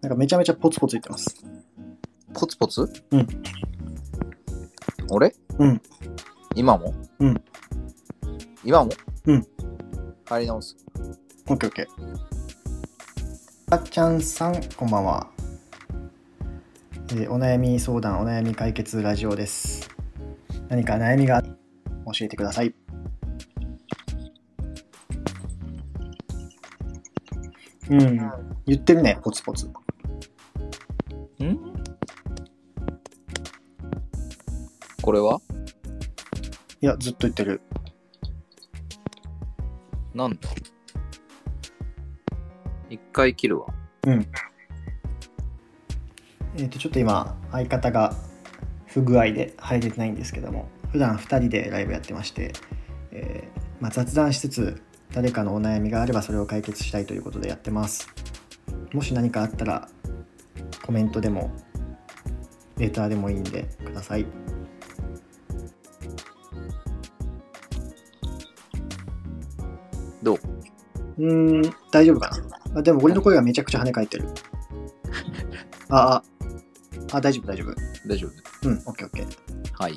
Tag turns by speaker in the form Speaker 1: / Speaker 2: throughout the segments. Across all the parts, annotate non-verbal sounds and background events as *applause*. Speaker 1: なんかめちゃめちゃポツポツいってます。
Speaker 2: ポツポツ
Speaker 1: うん。
Speaker 2: 俺
Speaker 1: うん。
Speaker 2: 今も
Speaker 1: うん。
Speaker 2: 今も
Speaker 1: うん。
Speaker 2: 入り直す。
Speaker 1: オッケーオッケー。あっちゃんさん、こんばんは。えーお悩み相談、お悩み解決ラジオです。何か悩みがあ教えてください。うん、言ってるね、ポツポツ。
Speaker 2: んこれはい
Speaker 1: や、ずっと言ってる。
Speaker 2: なんだ一回切るわ。
Speaker 1: えー、とちょっと今相方が不具合で入れてないんですけども普段2人でライブやってまして、えーまあ、雑談しつつ誰かのお悩みがあればそれを解決したいということでやってますもし何かあったらコメントでもレターでもいいんでください
Speaker 2: どう
Speaker 1: うーん大丈夫かなあでも俺の声がめちゃくちゃ跳ね返って
Speaker 2: *laughs*
Speaker 1: るあああ大丈夫大丈夫
Speaker 2: 大丈夫
Speaker 1: うん OKOK
Speaker 2: はい。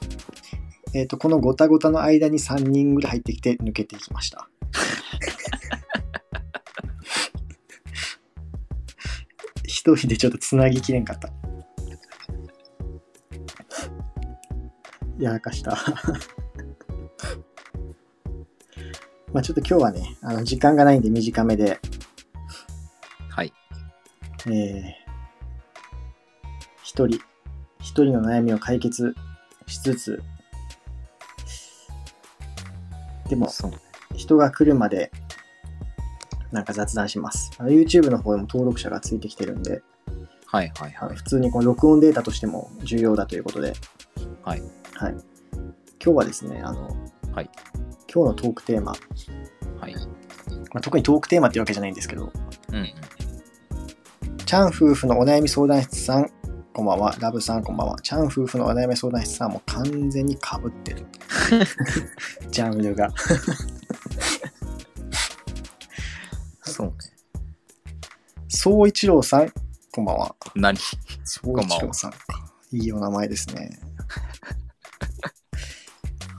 Speaker 1: えー、とこのごたごたの間に3人ぐらい入ってきて抜けていきました。 *laughs* 一人でちょっとつなぎきれんかった。やらかした。 *laughs* まあちょっと今日はね、あの時間がないんで短めで、
Speaker 2: はい。
Speaker 1: えー、一人、一人の悩みを解決しつつ、でも、
Speaker 2: そう。
Speaker 1: 人が来るまでなんか雑談します。あの YouTube の方でも登録者がついてきてるんで、
Speaker 2: はいはい
Speaker 1: あ
Speaker 2: は
Speaker 1: の
Speaker 2: い。
Speaker 1: 普通にこの録音データとしても重要だということで、
Speaker 2: はい。
Speaker 1: はい、今日はですね、あの、
Speaker 2: はい
Speaker 1: 今日のトークテーマ、
Speaker 2: はい。
Speaker 1: まあ、特にトークテーマっていうわけじゃないんですけど、
Speaker 2: うんうん。
Speaker 1: チャン夫婦のお悩み相談室さん、こんばんは。ラブさん、こんばんは。チャン夫婦のお悩み相談室さん、もう完全にかぶって
Speaker 2: *laughs*
Speaker 1: る。ジャンルが。
Speaker 2: そうね。
Speaker 1: 総一郎さん、こんばんは。
Speaker 2: 何
Speaker 1: 総一郎さんか。いいお名前です
Speaker 2: *laughs*
Speaker 1: ね。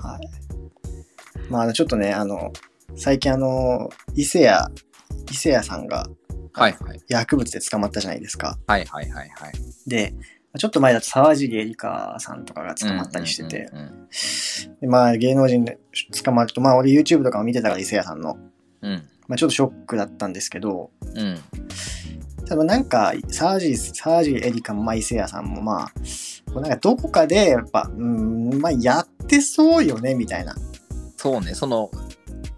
Speaker 1: はい。まああの、ちょっとね、あの、最近あの、伊勢谷、伊勢谷さんが
Speaker 2: はいはい。
Speaker 1: 薬物で捕まったじゃないですか。
Speaker 2: はいはいはいはい。
Speaker 1: で、ちょっと前だと沢尻エリカさんとかが捕まったりしてて、
Speaker 2: うんうん
Speaker 1: でまあ芸能人で捕まると、まあ俺 YouTube とかも見てたから伊勢谷さんの、
Speaker 2: うん。
Speaker 1: まあちょっとショックだったんですけど、
Speaker 2: うん。うん
Speaker 1: ただなんか、サージ、サージエリカも、まあ、伊勢谷さんも、まあ、こうなんかどこかで、やっぱ、うん、まあ、やってそうよね、みたいな。
Speaker 2: そうね、その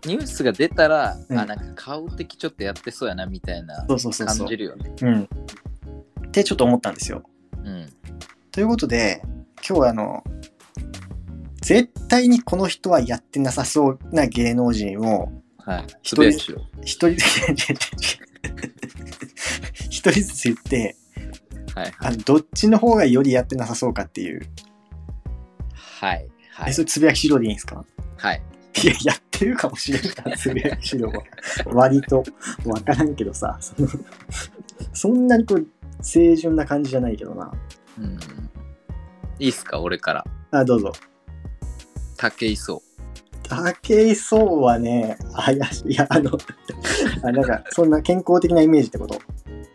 Speaker 2: ニュースが出たら、
Speaker 1: うん
Speaker 2: あなんか顔的ちょっとやってそうやなみたいな
Speaker 1: そうそうそうそ
Speaker 2: 感
Speaker 1: う
Speaker 2: じ。るよね。
Speaker 1: うん。ってちょっと思ったんですよ。
Speaker 2: うん。
Speaker 1: ということで、今日はあの、絶対にこの人はやってなさそうな芸能人を、
Speaker 2: はい。
Speaker 1: 一
Speaker 2: 一
Speaker 1: 人
Speaker 2: 人しよ
Speaker 1: 一人、 *laughs* 違う違う違う一人ずつ言って、
Speaker 2: う。はい
Speaker 1: あのどっちの方がよりやってなさそうかっていう。
Speaker 2: はい。は
Speaker 1: え、
Speaker 2: い
Speaker 1: そ。れつぶやき指導でいいんですか
Speaker 2: はい。
Speaker 1: いや、やってるかもしれんない、つぶやき指導は。割と、わからんけどさ、そのそんなにこう、清純な感じじゃないけどな。
Speaker 2: うん。いいっすか、俺から。
Speaker 1: あ、どうぞ。
Speaker 2: 竹磯。
Speaker 1: 武井壮はね、怪しい。いや、あの、 *laughs* あなんか、そんな健康的なイメージってこと。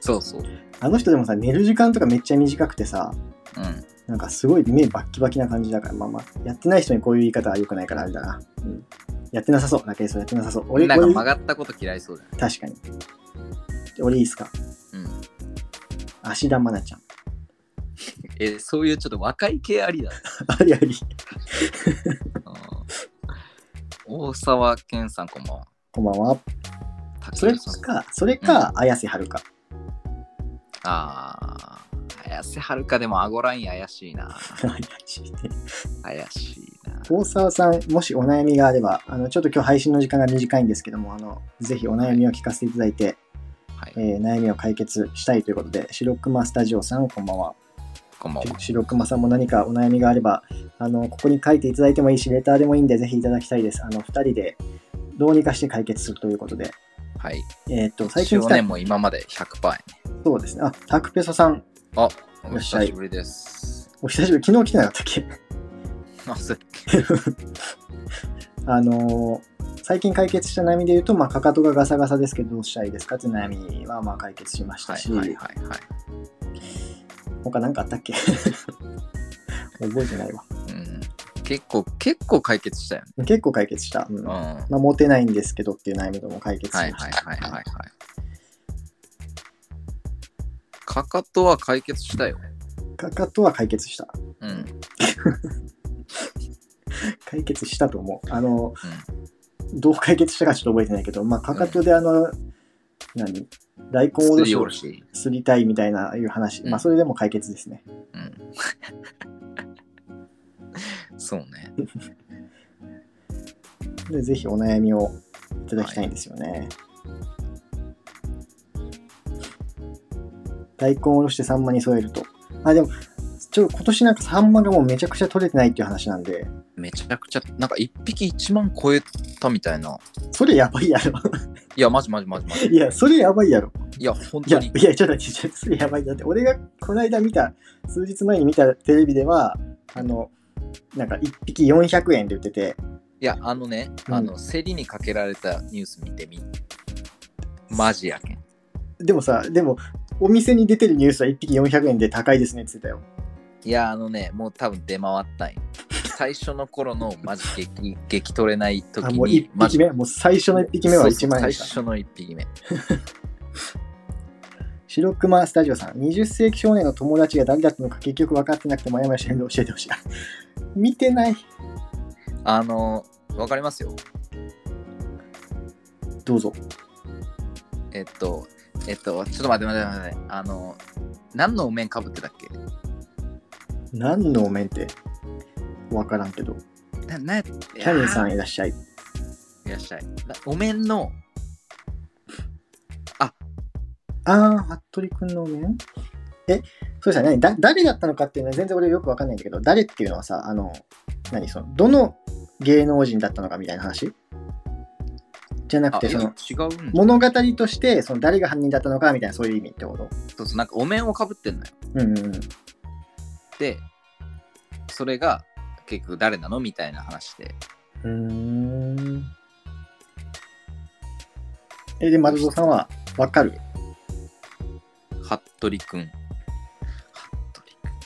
Speaker 2: そうそう。
Speaker 1: あの人でもさ、寝る時間とかめっちゃ短くてさ、
Speaker 2: うん。
Speaker 1: なんかすごい目バッキバキな感じだから、まあまあ、やってない人にこういう言い方は良くないからあれだな。うん。やってなさそう、武井壮やってなさそう。俺、
Speaker 2: なんか
Speaker 1: 俺
Speaker 2: 曲がったこと嫌いそうだね。
Speaker 1: 確かに。俺いいっすか
Speaker 2: うん。
Speaker 1: 芦田愛菜ちゃん。
Speaker 2: え、そういうちょっと若い系ありだね。
Speaker 1: *laughs* ありあり。 *laughs*
Speaker 2: うん大沢健さん、こんばんは。
Speaker 1: こんばんは。そ
Speaker 2: 竹
Speaker 1: れ
Speaker 2: 磯さん。
Speaker 1: か、それか、綾瀬はるか。 *laughs*
Speaker 2: あー。綾瀬はるかでもアゴライン怪しいな。怪しいな。
Speaker 1: 大沢さん、もしお悩みがあれば、あの、ちょっと今日配信の時間が短いんですけども、あの、ぜひお悩みを聞かせていただいて、
Speaker 2: はい
Speaker 1: え。ー悩みを解決したいということで、白熊スタジオさん、こんばんは。
Speaker 2: こんばんは。
Speaker 1: 白熊さんも何かお悩みがあれば、あの、ここに書いていただいてもいいし、レターでもいいんで、ぜひいただきたいです。あの、二人で、どうにかして解決するということで、
Speaker 2: はい。
Speaker 1: えーっと、最
Speaker 2: 一
Speaker 1: 近来
Speaker 2: 応
Speaker 1: た、
Speaker 2: ね、もう今まで100%やね。
Speaker 1: そうですね。あ、タクペソさん、
Speaker 2: あ、
Speaker 1: いら
Speaker 2: お
Speaker 1: っしゃい
Speaker 2: 久しぶりです。
Speaker 1: お久しぶり、昨日来てなかったっけ *laughs*
Speaker 2: あそう
Speaker 1: あのー最近解決した悩みで言うと、まあ、かかとがガサガサですけど、どうしたらいいですかっていう悩みは、まあ、解決しました
Speaker 2: はい
Speaker 1: し、
Speaker 2: はいはいはい。
Speaker 1: 他何かあったっけ *laughs* 覚えてないわ。
Speaker 2: うん、結構、結構解決したよね。
Speaker 1: 結構解決した。うん
Speaker 2: うん。
Speaker 1: ま
Speaker 2: は
Speaker 1: あ、モテないんですけどっていう悩みとも解
Speaker 2: い
Speaker 1: 決
Speaker 2: は
Speaker 1: し
Speaker 2: い
Speaker 1: ま
Speaker 2: はい
Speaker 1: した。
Speaker 2: はいはい。かかとは解決したよ。
Speaker 1: かかとは解決した。
Speaker 2: うん。うん。
Speaker 1: 解決したと思う。あの、どう解決したかちょっと覚えてないけど、まあ、かかとであの、何大根お
Speaker 2: す
Speaker 1: ろ
Speaker 2: り
Speaker 1: し
Speaker 2: お
Speaker 1: を
Speaker 2: ろし。
Speaker 1: すりたいみたいないう話、
Speaker 2: うん
Speaker 1: まあ、それでも解決ですね。
Speaker 2: うん。そうね。
Speaker 1: で、ぜひお悩みをいただきたいんですよね。大根おろしてサンマに添えると。あ、でも、ちょ今年なんかサンマがもうめちゃくちゃ取れてないっていう話なんで、
Speaker 2: めちゃくちゃ、なんか一匹1万超えたみたいな。
Speaker 1: それやばいやろ。 *laughs*
Speaker 2: いや、マジマジマジマジ。
Speaker 1: いや、それやばいやろ。
Speaker 2: いや、本
Speaker 1: いや、
Speaker 2: 当
Speaker 1: い
Speaker 2: に。
Speaker 1: や、ちょっと待って、ちょっとそれやばい。だって、俺がこの間見た、数日前に見たテレビでは、あの、なんか1匹400円で売ってて、
Speaker 2: いや、あのね、
Speaker 1: うん
Speaker 2: あの、競りにかけられたニュース見てみ。マジやけん。
Speaker 1: でもさ、でも、お店に出てるニュースは1匹400円で高いですねって言ってたよ。
Speaker 2: いや、あのね、もう多分出回ったんよ最初の頃のマジ激激取れない時
Speaker 1: あ
Speaker 2: に、
Speaker 1: もう1
Speaker 2: マ
Speaker 1: 匹
Speaker 2: ジ
Speaker 1: 目、もう最初の1匹目は1万円で
Speaker 2: そう
Speaker 1: し
Speaker 2: そ
Speaker 1: た。
Speaker 2: う最初の1匹目。
Speaker 1: 白熊スタジオさん、20世紀少年の友達が誰だったのか結局分かってなくてもやもやしてるんで教えてほしい。見てない。
Speaker 2: あの、わかりますよ。
Speaker 1: どうぞ。
Speaker 2: えっと、えっと、ちょっと待って待って待って待って。あの、何のお面かぶってたっけ
Speaker 1: 何のお面って分からんけど。
Speaker 2: な、な、キ
Speaker 1: キャミンさんいらっしゃい。
Speaker 2: いらっしゃい。なお面の、
Speaker 1: あー、服部くんのお面え、そうしたら何だ誰だったのかっていうのは全然俺よく分かんないんだけど、誰っていうのはさ、あの、何その、どの芸能人だったのかみたいな話じゃなく
Speaker 2: あ、
Speaker 1: て、
Speaker 2: い
Speaker 1: そ
Speaker 2: や
Speaker 1: の、
Speaker 2: 違うんだ。
Speaker 1: 物語として、その誰が犯人だったのかみたいな、そういう意味ってこと。
Speaker 2: そうそう、なんかお面をかぶってんのよ。
Speaker 1: うんうんうん。
Speaker 2: でそれが結局誰なのみたいな話で
Speaker 1: うーん。え、で、丸蔵さんは、わかる。
Speaker 2: 服部くん服部くん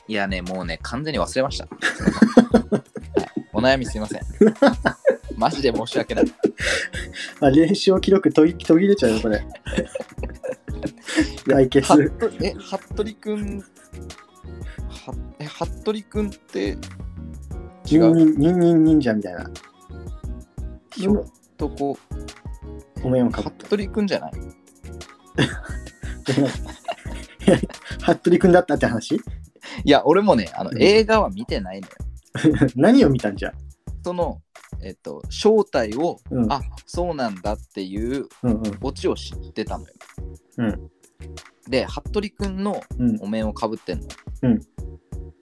Speaker 2: いやねもうね完全に忘れま
Speaker 1: *laughs*
Speaker 2: したはいお悩みすいませんマジで申し訳ない
Speaker 1: あ、練習記録途切途切れちゃうよ、これ。解決。
Speaker 2: 服部え服部くんはえ服部くんって違
Speaker 1: 忍
Speaker 2: う
Speaker 1: 忍忍忍忍者みたいな。
Speaker 2: ひょっとこ
Speaker 1: お面をかぶって。
Speaker 2: 服部くんじゃない
Speaker 1: *laughs* 服部くんだったって話 *laughs*
Speaker 2: いや俺もねあの
Speaker 1: うん
Speaker 2: 映画は見てないのよ
Speaker 1: 何を見たんじゃ
Speaker 2: そのえっと正体を
Speaker 1: うん。
Speaker 2: あそうなんだっていう
Speaker 1: うんうん
Speaker 2: オチを知ってたのよ。
Speaker 1: うん
Speaker 2: で、服部くんの
Speaker 1: うん
Speaker 2: お面をかぶってんの。
Speaker 1: うん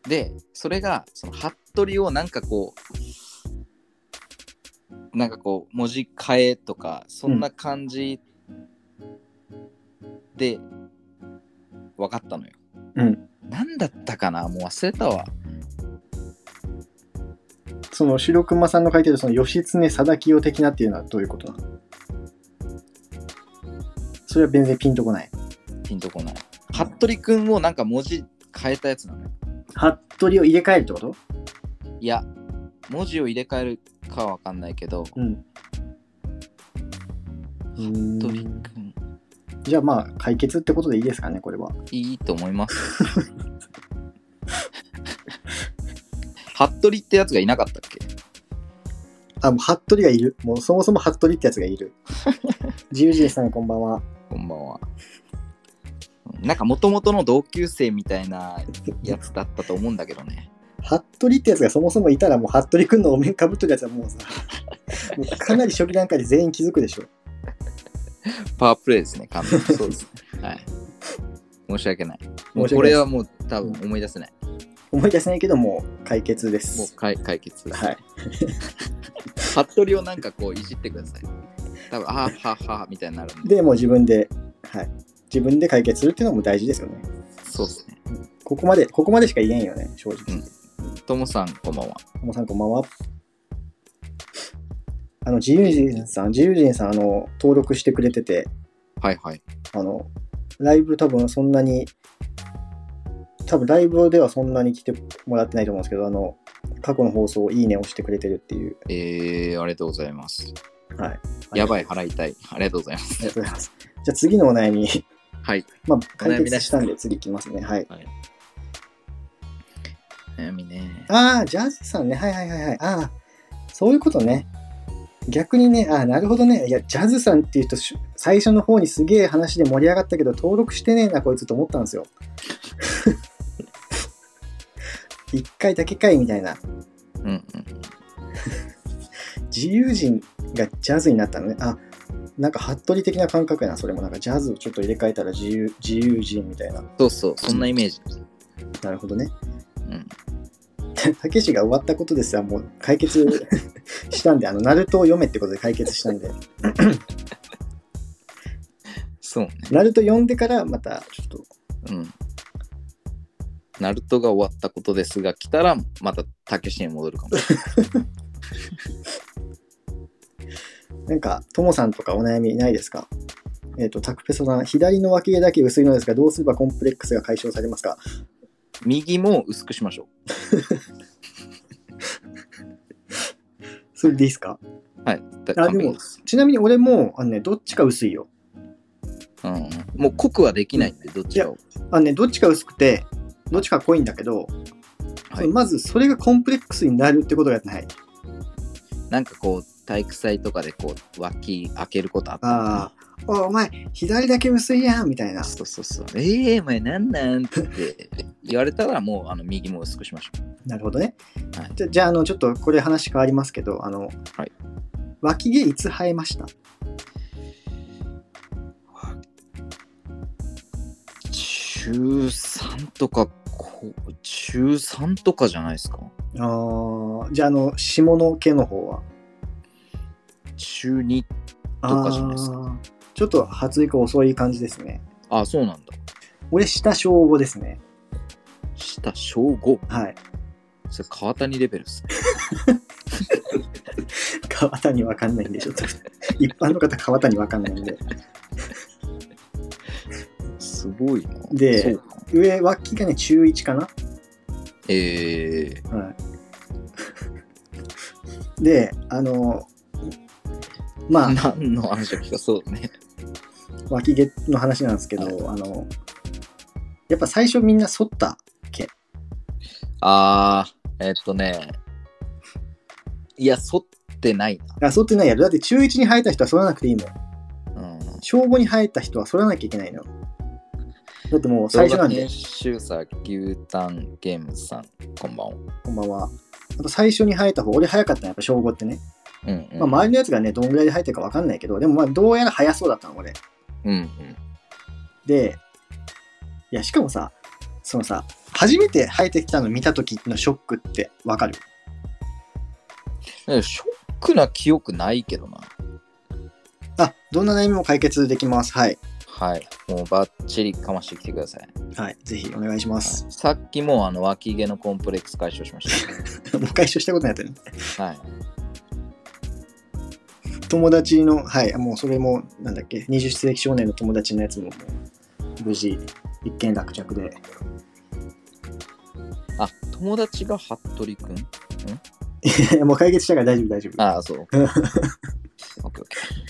Speaker 2: で、それが、その服部をなんかこう、なんかこう、文字変えとか、そんな感じで分かったのよ。
Speaker 1: うん。
Speaker 2: なんだったかなもう忘れたわ。
Speaker 1: その白熊さんの書いてるその義経貞清的なっていうのはどういうことなのそれは全然ピンとこない。
Speaker 2: ピンとこない。服部くんをなんか文字変えたやつなのよ。
Speaker 1: 服部を入れ替えるってこと
Speaker 2: いや、文字を入れ替えるかは分かんないけど、
Speaker 1: うん。
Speaker 2: 服部くん。
Speaker 1: じゃあまあ解決ってことでいいですかねこれはい
Speaker 2: いと思います。服部ってやつがいなかったっけ
Speaker 1: あもう服部がいるもうそもそも服部ってやつがい
Speaker 2: *laughs*
Speaker 1: るジュージーさんこんばんは
Speaker 2: こんばんは。なんか元々の同級生みたいなやつだったと思うんだけどね。
Speaker 1: 服部ってやつがそもそもいたらもう服部くんのお面かぶってるやつはもう
Speaker 2: *laughs*
Speaker 1: さもうかなり初期段階で全員気づくでしょ
Speaker 2: パワープレイですね、完全に。そうですね。はい。申し訳ない。も
Speaker 1: 申し訳ないで
Speaker 2: う
Speaker 1: す
Speaker 2: これはもう多分思い出せない。
Speaker 1: 思い出せないけどもう解決で
Speaker 2: もう
Speaker 1: す
Speaker 2: 解解決です。
Speaker 1: はい
Speaker 2: 服部をなんかこういじってください。多分あーはーはーみたいになるんで。
Speaker 1: でもう自分ではい自分で解決するっていうのも大事ですよね。
Speaker 2: そうですね。
Speaker 1: ここまで、ここまでしか言えんよね、正直。
Speaker 2: うんともさん、こんばんは。
Speaker 1: ともさんこんばんは。あの、自由人さん、自由人さん、あの、登録してくれてて、
Speaker 2: はいはい。
Speaker 1: あの、ライブ多分そんなに、多分ライブではそんなに来てもらってないと思うんですけど、あの、過去の放送をいいねをしてくれてるっていう。
Speaker 2: えー、ありがとうございます。
Speaker 1: はい。
Speaker 2: やばい、払いたい。ありがとうございま
Speaker 1: ありが
Speaker 2: す。
Speaker 1: とうございます。じゃあ次のお悩み、 *laughs*
Speaker 2: はい。
Speaker 1: まあ、解
Speaker 2: お悩み
Speaker 1: 決
Speaker 2: 出
Speaker 1: し
Speaker 2: したた
Speaker 1: んで次いきますね。はい。
Speaker 2: 悩みね。
Speaker 1: ああ、ジャズさんね。はいはいはいはい。ああ、そういうことね。逆にね、ああ、なるほどね。いや、ジャズさんっていう人、し最初の方にすげえ話で盛り上がったけど、登録してねえな、こいつと思ったんですよ。 *laughs* 一回だけかいみたいな。
Speaker 2: うんうん。
Speaker 1: 自由人がジャズになったのね。あ、なんか服部的な感覚やな、それも。なんかジャズをちょっと入れ替えたら自由自由人みたいな。
Speaker 2: そうそう、そんなイメージ。
Speaker 1: なるほどね。
Speaker 2: うん。
Speaker 1: たけしが終わったことですらもう解決したんで、あの、ナルトを読めってことで解決したんで、
Speaker 2: そうね。
Speaker 1: ナルト読んでからまたちょっと、
Speaker 2: うん。ナルトが終わったことですが、来たらまたたけしに戻るかも。
Speaker 1: なんか、ともさんとかお悩みないですかえっ、と、タクペソさん、左の脇毛だけ薄いのですが、どうすればコンプレックスが解消されますか
Speaker 2: 右も薄くしましょ
Speaker 1: それでいいですか
Speaker 2: う。はい。だ
Speaker 1: あ
Speaker 2: 完璧す。
Speaker 1: ちなみに俺も、あのね、どっちか薄いよ。
Speaker 2: うんうん。もう濃くはできないんで、どっちかを。
Speaker 1: あのね、どっちか薄くて、どっちか濃いんだけど、
Speaker 2: はい
Speaker 1: そのまずそれがコンプレックスになるってことがない。
Speaker 2: なんかこう、体育祭とかでこう、脇開けることあったの
Speaker 1: ああ、おいお前、左だけ薄いやんみたいな。
Speaker 2: そうそうそう。ええお前なんなんって言われたらもうあの右も薄くしましょ
Speaker 1: なるほどね。
Speaker 2: はい
Speaker 1: じゃじゃああの、ちょっとこれ話変わりますけど、あの、
Speaker 2: はい
Speaker 1: 脇毛いつ生えました
Speaker 2: う。中3とかこう、中3とかじゃないですか。
Speaker 1: あーじゃああの、下の毛の方は
Speaker 2: 中2。
Speaker 1: あ
Speaker 2: とかじゃないです
Speaker 1: ーちょっと発育遅い感じですね。
Speaker 2: あ、そうなんだ。
Speaker 1: 俺、下小5ですね。
Speaker 2: 下小5。
Speaker 1: はい。 *laughs*
Speaker 2: それ川谷レベルですね。
Speaker 1: 川谷わかんないんで、ちょっと。 *laughs* 一般の方、川谷わかんないんで。
Speaker 2: すごいな。
Speaker 1: で
Speaker 2: そうか
Speaker 1: 上、脇がね、中1かな
Speaker 2: ええ
Speaker 1: はい。で、あの、まあ、
Speaker 2: 何の話かそうだね。
Speaker 1: 脇毛の話なんですけど、あの、やっぱ最初みんな剃った
Speaker 2: あー、えっとね。いや、剃ってない
Speaker 1: あ、そうってないやろ。だって中1に生えた人は剃らなくていいもん。
Speaker 2: な。うん。
Speaker 1: 小5に生えた人は剃らなきゃいけないの。だってもう最初なん
Speaker 2: 動
Speaker 1: で
Speaker 2: 画編、集者、牛タンゲームズさん、こんばんは。
Speaker 1: こんばんは。やっぱ最初に生えた方、俺早かったのやっぱ小5ってね。
Speaker 2: うん、うん。
Speaker 1: まあ周りのやつがね、どんぐらいで生えてるか分かんないけど、でもまあどうやら早そうだったの、俺。
Speaker 2: うんうん。
Speaker 1: で、いや、しかもさ、そのさ、初めて生えてきたの見た時のショックって分かる
Speaker 2: でもショックな記憶ないけどな。
Speaker 1: あ、どんな悩みも解決できます。はい。
Speaker 2: はい。もうバッチリかましてきてください。はい
Speaker 1: はい。ぜひお願いします。
Speaker 2: さっきもあの脇毛のコンプレックス解消しまし
Speaker 1: *laughs* もう解消したことないやつね。
Speaker 2: た。はい。
Speaker 1: 友達の、はい、もうそれも、なんだっけ、20世紀少年の友達のやつも、もう無事、一件落着で、 *laughs*
Speaker 2: あ、友達が服部くん
Speaker 1: もう解決したから大丈夫、大丈夫。
Speaker 2: ああ、そう。
Speaker 1: *laughs*
Speaker 2: オッケーオッケ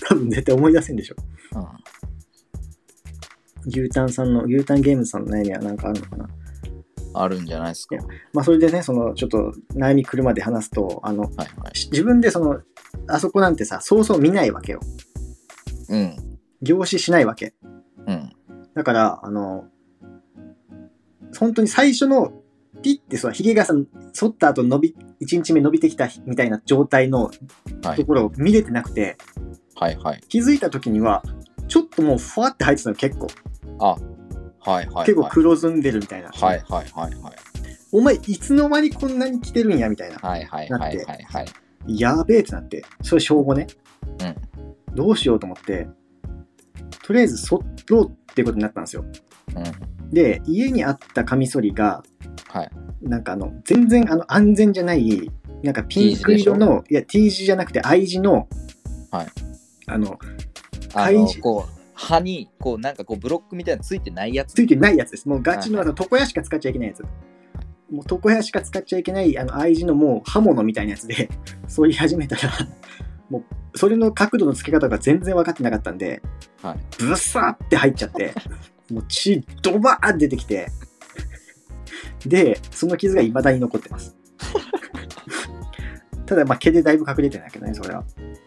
Speaker 1: 多分絶対思い出せんでしょ。
Speaker 2: ー。うん
Speaker 1: 牛タンさんの、牛タンゲームズさんの悩みはなんかあるのかな。
Speaker 2: あるんじゃないですか。
Speaker 1: い
Speaker 2: はい
Speaker 1: まあ、それでね、その、ちょっと、悩み車で話すと、あの、
Speaker 2: はい。
Speaker 1: し自分でその、あそこなんてさ、そうそう見ないわけよ。
Speaker 2: うん。
Speaker 1: 凝視しないわけ。
Speaker 2: うん。
Speaker 1: だから、あの、本当に最初の、ピッてさ、ヒゲがさ、剃った後伸び、1日目伸びてきたみたいな状態の
Speaker 2: は
Speaker 1: と
Speaker 2: い。
Speaker 1: ころを見れてなくて、
Speaker 2: はいはい。
Speaker 1: 気づいた時には、ちょっともうふわって入ってたの結構、
Speaker 2: あ、はいはい、はい。
Speaker 1: 結構黒ずんでるみたいな。
Speaker 2: はいはいはいはい。
Speaker 1: お前、いつの間にこんなに来てるんやみたいな。
Speaker 2: はいはいはいはいはい。
Speaker 1: やべえってなって、それ小5ね。
Speaker 2: う
Speaker 1: どうしようと思って、とりあえず剃ろうってことになったんですよ。
Speaker 2: うん。
Speaker 1: で、家にあったカミソリが、
Speaker 2: はい。
Speaker 1: なんかあの、全然あの安全じゃない、なんかピンク
Speaker 2: T 字でしょ
Speaker 1: 色の、いや、T 字じゃなくて I 字の、
Speaker 2: はい
Speaker 1: あの、
Speaker 2: あの
Speaker 1: 開示、
Speaker 2: こう、歯に、こう、なんかこう、ブロックみたいなのついてないやつ。
Speaker 1: ついてないやつです。もうガチのあ
Speaker 2: はい
Speaker 1: の床屋しか使っちゃいけないやつ。もう床屋しか使っちゃいけないあの I 字のもう刃物みたいなやつで、 *laughs* そう言い始めたら、 *laughs* もうそれの角度のつけ方が全然分かってなかったんで、
Speaker 2: はい
Speaker 1: ブサーって入っちゃって、 *laughs* もう血ドバーって出てきて、で、その傷が未だに残って
Speaker 2: *laughs*
Speaker 1: ます。ただ、まあ、毛でだいぶ隠れてないけどね、それは。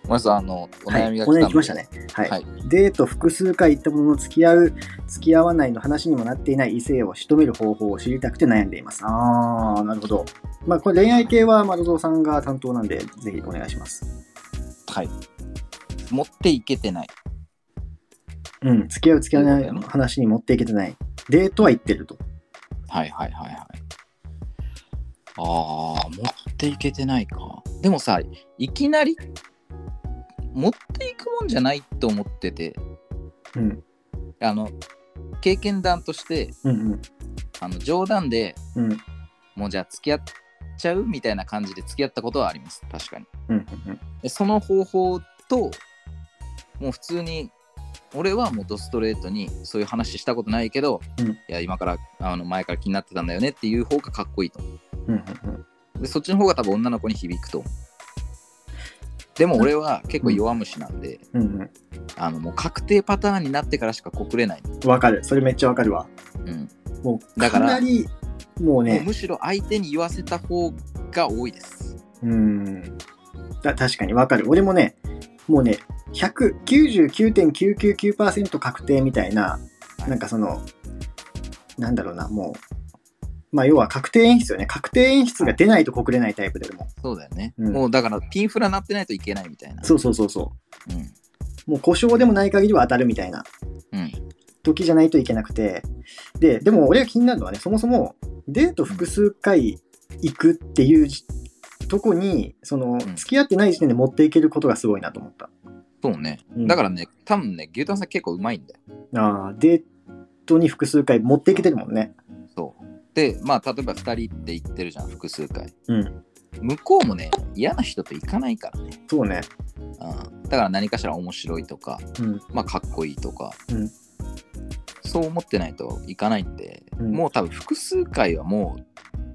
Speaker 2: まず、あの、お
Speaker 1: はい
Speaker 2: 悩みが
Speaker 1: お
Speaker 2: 来
Speaker 1: 悩
Speaker 2: た
Speaker 1: み来ましたね。はい
Speaker 2: はい。
Speaker 1: デート複数回行ったものの付き合う付き合わないの話にもなっていない異性を仕留める方法を知りたくて悩んでいますああなるほどまあこれ恋愛系は丸蔵さんが担当なんでぜひお願いします
Speaker 2: はい。持っていけてない。
Speaker 1: うん付き合う付き合わない
Speaker 2: そうだよね
Speaker 1: 話に持っていけてないデートは行ってると
Speaker 2: はいはいはいはい。ああ、持っていけてないか。でもさ、いきなり持っていくもんじゃないと思ってて、
Speaker 1: うん
Speaker 2: あの、経験談として、
Speaker 1: うん
Speaker 2: あの冗談で
Speaker 1: うんうん
Speaker 2: もうじゃあ付き合っちゃうみたいな感じで付き合ったことはあります。確かに。
Speaker 1: うん
Speaker 2: でその方法と、もう普通に、俺はもうドストレートにそういう話したことないけど、
Speaker 1: うん
Speaker 2: いや今からあの前から気になってたんだよねっていう方がかっこいいと思う
Speaker 1: うんうんうん
Speaker 2: でそっちの方が多分女の子に響くと思うでも俺は結構弱虫なんで、
Speaker 1: うんうん
Speaker 2: あのもう確定パターンになってからしか告れない、
Speaker 1: うんわかるそれめっちゃわかるわ
Speaker 2: うん
Speaker 1: もう
Speaker 2: だ
Speaker 1: か
Speaker 2: から
Speaker 1: なりもう
Speaker 2: もう
Speaker 1: ね
Speaker 2: むしろ相手に言わせた方が多いです
Speaker 1: うんだ確かにわかる俺もねもうね199.999%確定みたいな
Speaker 2: はい
Speaker 1: なんかそのなんだろうなもうまあ要は確定演出よね確定演出が出ないと告れないタイプでも
Speaker 2: そうだよね、
Speaker 1: うん
Speaker 2: もうだからピンフラなってないといけないみたいな、
Speaker 1: そうそうそうそう
Speaker 2: ん
Speaker 1: うもう故障でもない限りは当たるみたいな
Speaker 2: うん、
Speaker 1: 時じゃないといけなくてででも俺が気になるのはねそもそもデート複数回行くっていうじとこにその
Speaker 2: ん
Speaker 1: 付き合ってない時点で持っていけることがすごいなと思った、
Speaker 2: そうね
Speaker 1: うん
Speaker 2: だからね多分ね牛タンさん結構うまいんだよ
Speaker 1: あーデートに複数回持っていけてるもんね。
Speaker 2: そうでまあ例えば2人って言ってるじゃん複数回
Speaker 1: うん。
Speaker 2: 向こうもね嫌な人と行かないからね、
Speaker 1: そうね。
Speaker 2: うん、だから何かしら面白いとか
Speaker 1: うん。
Speaker 2: まあ、かっこいいとか、
Speaker 1: うん
Speaker 2: そう思ってないといかないんで、
Speaker 1: うん
Speaker 2: もう多分複数回はもう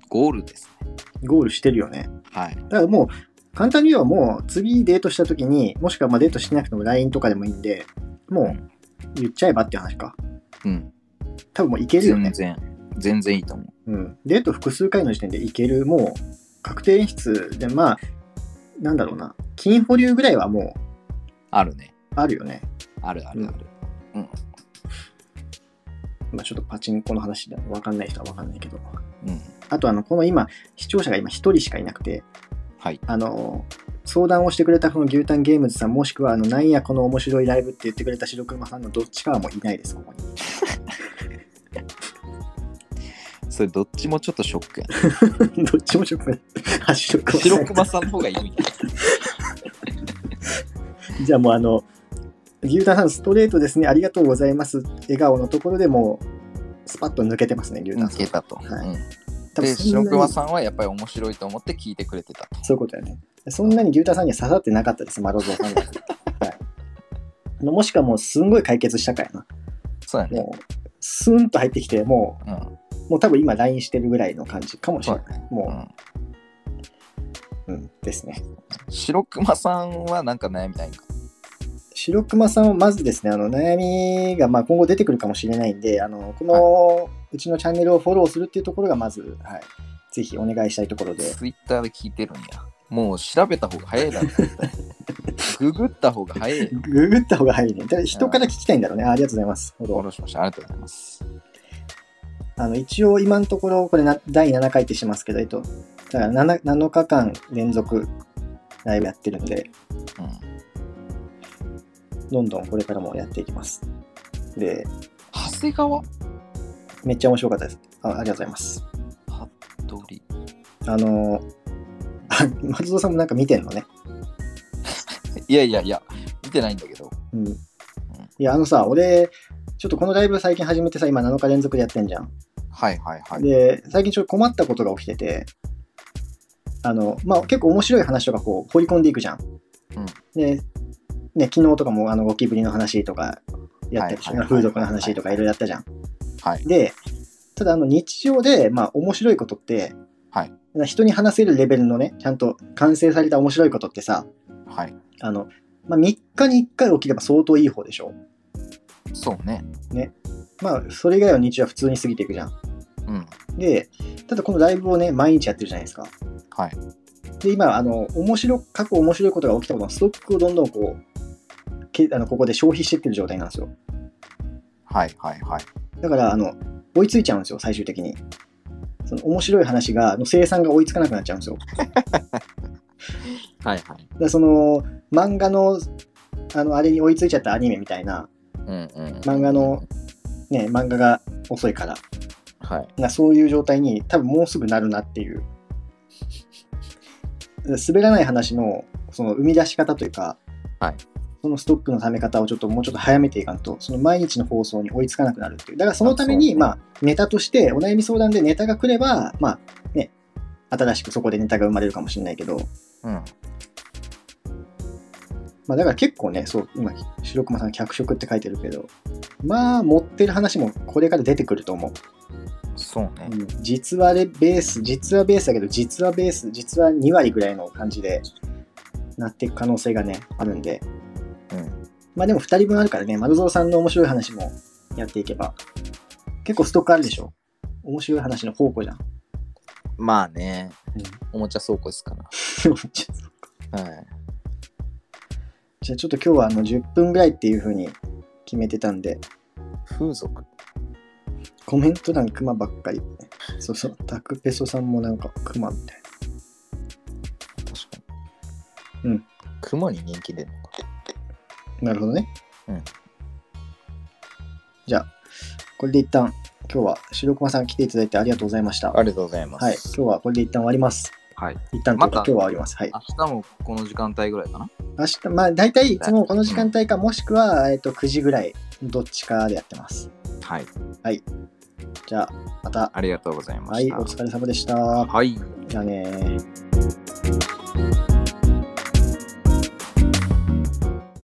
Speaker 2: ゴールですね。
Speaker 1: ゴールしてるよね。
Speaker 2: はい。
Speaker 1: だからもう、簡単に言えばもう、次デートした時に、もしくはまあデートしてなくても LINE とかでもいいんで、もう言っちゃえばっていう話か。
Speaker 2: うん。
Speaker 1: 多分もういけるよ
Speaker 2: 全
Speaker 1: ね。
Speaker 2: 然、全然いいと思う。
Speaker 1: うん。デート複数回の時点でいける、もう、確定演出で、まあ、なんだろうな。金保留ぐらいはもう、
Speaker 2: あるね。
Speaker 1: あるよね。
Speaker 2: あるあるある。うん。
Speaker 1: まあちょっとパチンコの話でわかんない人はわかんないけど。
Speaker 2: うん。
Speaker 1: あとあの、この今、視聴者が今一人しかいなくて、
Speaker 2: はい。
Speaker 1: あの相談をしてくれたこの牛タンゲームズさんもしくはあのなんやこの面白いライブって言ってくれた白熊さんのどっちかはもういないですここに
Speaker 2: それどっちもちょっとショックやな。
Speaker 1: どっちも白熊あ白熊さ
Speaker 2: 白
Speaker 1: ん
Speaker 2: 熊さんの方がいいみたいな。
Speaker 1: じゃあもうあの牛タンさんストレートですねありがとうございます笑顔のところでもうスパッと抜けてますね牛タ *laughs*
Speaker 2: うん
Speaker 1: ンさん、
Speaker 2: 消えたと。
Speaker 1: はい
Speaker 2: うん
Speaker 1: 多分
Speaker 2: で、
Speaker 1: そんな
Speaker 2: 白
Speaker 1: に
Speaker 2: 熊さんはやっぱり面白いと思って聞いてくれてたと。
Speaker 1: そういうことやねそんなに牛タンさんには刺さってなかったですマロゾーさんが、はい、あのもしくはもうすんごい解決したからな
Speaker 2: そうやね。
Speaker 1: もうスーンと入ってきてもう
Speaker 2: うん。
Speaker 1: もう多分今 LINE してるぐらいの感じかもし
Speaker 2: そ
Speaker 1: れ
Speaker 2: う
Speaker 1: ない。
Speaker 2: やね。う
Speaker 1: も
Speaker 2: ん
Speaker 1: う、うん、ですね。
Speaker 2: 白熊さんはなんか悩みないんか。
Speaker 1: 白熊さんはまずですね、あの悩みがまあ今後出てくるかもしれないんで、あのこのうちのチャンネルをフォローするっていうところがまず、はい、ぜひお願いしたいところで、
Speaker 2: ツイッターで聞いてるんや。もう調べた方が早いだろ。
Speaker 1: *laughs*
Speaker 2: 絶対ググった方が早いよ。
Speaker 1: ググった方が早いね。ただ人から聞きたいんだろうね。あありがとうございます。フォロ
Speaker 2: フォ
Speaker 1: ー
Speaker 2: ローしました。ありがとうございます。
Speaker 1: あの一応今のところ、これな第7回ってしてますけど、えっと、だから 7, 7日間連続ライブやってるんで、
Speaker 2: うん、
Speaker 1: どんどんこれからもやっていきます。で、
Speaker 2: 長谷川
Speaker 1: めっちゃ面白かったです。あありがとうございます。
Speaker 2: どり。
Speaker 1: あのー、あ松戸さんもなんか見てんのね。
Speaker 2: いやいやいや、見てないんだけど。
Speaker 1: うん。いや、あのさ、俺、ちょっとこのライブ最近始めてさ、今7日連続でやってんじゃん。
Speaker 2: はいはいはい。
Speaker 1: で、最近ちょっと困ったことが起きてて、あの、まあ、結構面白い話とかこう、放り込んでいくじゃん。
Speaker 2: うん
Speaker 1: で、ね、昨日とかも、あの、ゴキブリの話とか、やったり
Speaker 2: はいはいはいはい
Speaker 1: 風俗の話とかいろいろやったじゃん。
Speaker 2: はい。
Speaker 1: で、ただ、あの、日常で、まあ、面白いことって、
Speaker 2: はい
Speaker 1: 人に話せるレベルのね、ちゃんと完成された面白いことってさ、
Speaker 2: はい。
Speaker 1: あの、まあ、3日に1回起きれば相当いい方でしょ。
Speaker 2: そうね。
Speaker 1: まあ、それ以外は日中は普通に過ぎていくじゃん。
Speaker 2: うん。
Speaker 1: で、ただこのライブをね、毎日やってるじゃないですか。
Speaker 2: はい。
Speaker 1: で、今、あの、面白、過去面白いことが起きたことのストックをどんどんこう、けあのここで消費してってる状態なんですよ。
Speaker 2: はいはいはい。
Speaker 1: だから、あの、追いついちゃうんですよ、最終的に。その面白い話が、の生産が追いつかなくなっちゃうんですよ。だか
Speaker 2: はいはい。
Speaker 1: らその、漫画の、あの、あれに追いついちゃったアニメみたいな、
Speaker 2: うんうん。
Speaker 1: 漫画の。ね、漫画が遅いから、
Speaker 2: はい。
Speaker 1: なそういう状態に多分もうすぐなるなっていう滑らない話のその生み出し方というか、
Speaker 2: はい
Speaker 1: そのストックのため方をちょっともうちょっと早めていかんとその毎日の放送に追いつかなくなるっていうだからそのために
Speaker 2: あそうね
Speaker 1: まあ、ネタとしてお悩み相談でネタが来ればまあね新しくそこでネタが生まれるかもしれないけど、
Speaker 2: うん。
Speaker 1: まあ、だから結構ねそう今白熊さん脚色って書いてるけどまあ持ってる話もこれから出てくると思う
Speaker 2: そうね。
Speaker 1: うん実はレベース、実はベースだけど、実はベース、実は2割ぐらいの感じでなっていく可能性がね、あるんで、
Speaker 2: うん。
Speaker 1: まあでも2人分あるからね、丸蔵さんの面白い話もやっていけば、結構ストックあるでしょ。面白い話の宝庫じゃん。 *laughs*
Speaker 2: まあね。
Speaker 1: うん
Speaker 2: おもちゃ倉庫ですか
Speaker 1: ちょっと
Speaker 2: ら。はい。
Speaker 1: じゃあちょっと今日はあの10分ぐらいっていう風に決めてたんで、
Speaker 2: 風俗。
Speaker 1: コメント欄クマばっかり。そうそう、タクペソさんもなんかクマみたい
Speaker 2: 確か
Speaker 1: う
Speaker 2: に。
Speaker 1: ん。
Speaker 2: 雲に人気出るのか。
Speaker 1: な。なるほどね。
Speaker 2: うん。
Speaker 1: じゃあ、これで一旦今日は白熊さん来ていただいてありがとうございました。
Speaker 2: ありがとうございま
Speaker 1: はい、
Speaker 2: す。
Speaker 1: 今日はこれで一旦終わります。
Speaker 2: はい。
Speaker 1: 一旦というか、
Speaker 2: また
Speaker 1: 今日は終わります。はい。
Speaker 2: 明日もこの時間帯ぐらいかな。
Speaker 1: 明日、まあ大体いつもこの時間帯か、もしくは、えっと9時ぐらい、どっちかでやってます。
Speaker 2: はい。
Speaker 1: じゃあ、また、
Speaker 2: ありがとうございま
Speaker 1: は
Speaker 2: し
Speaker 1: い、
Speaker 2: た。
Speaker 1: お疲れ様でした。
Speaker 2: はい。
Speaker 1: じゃあねー。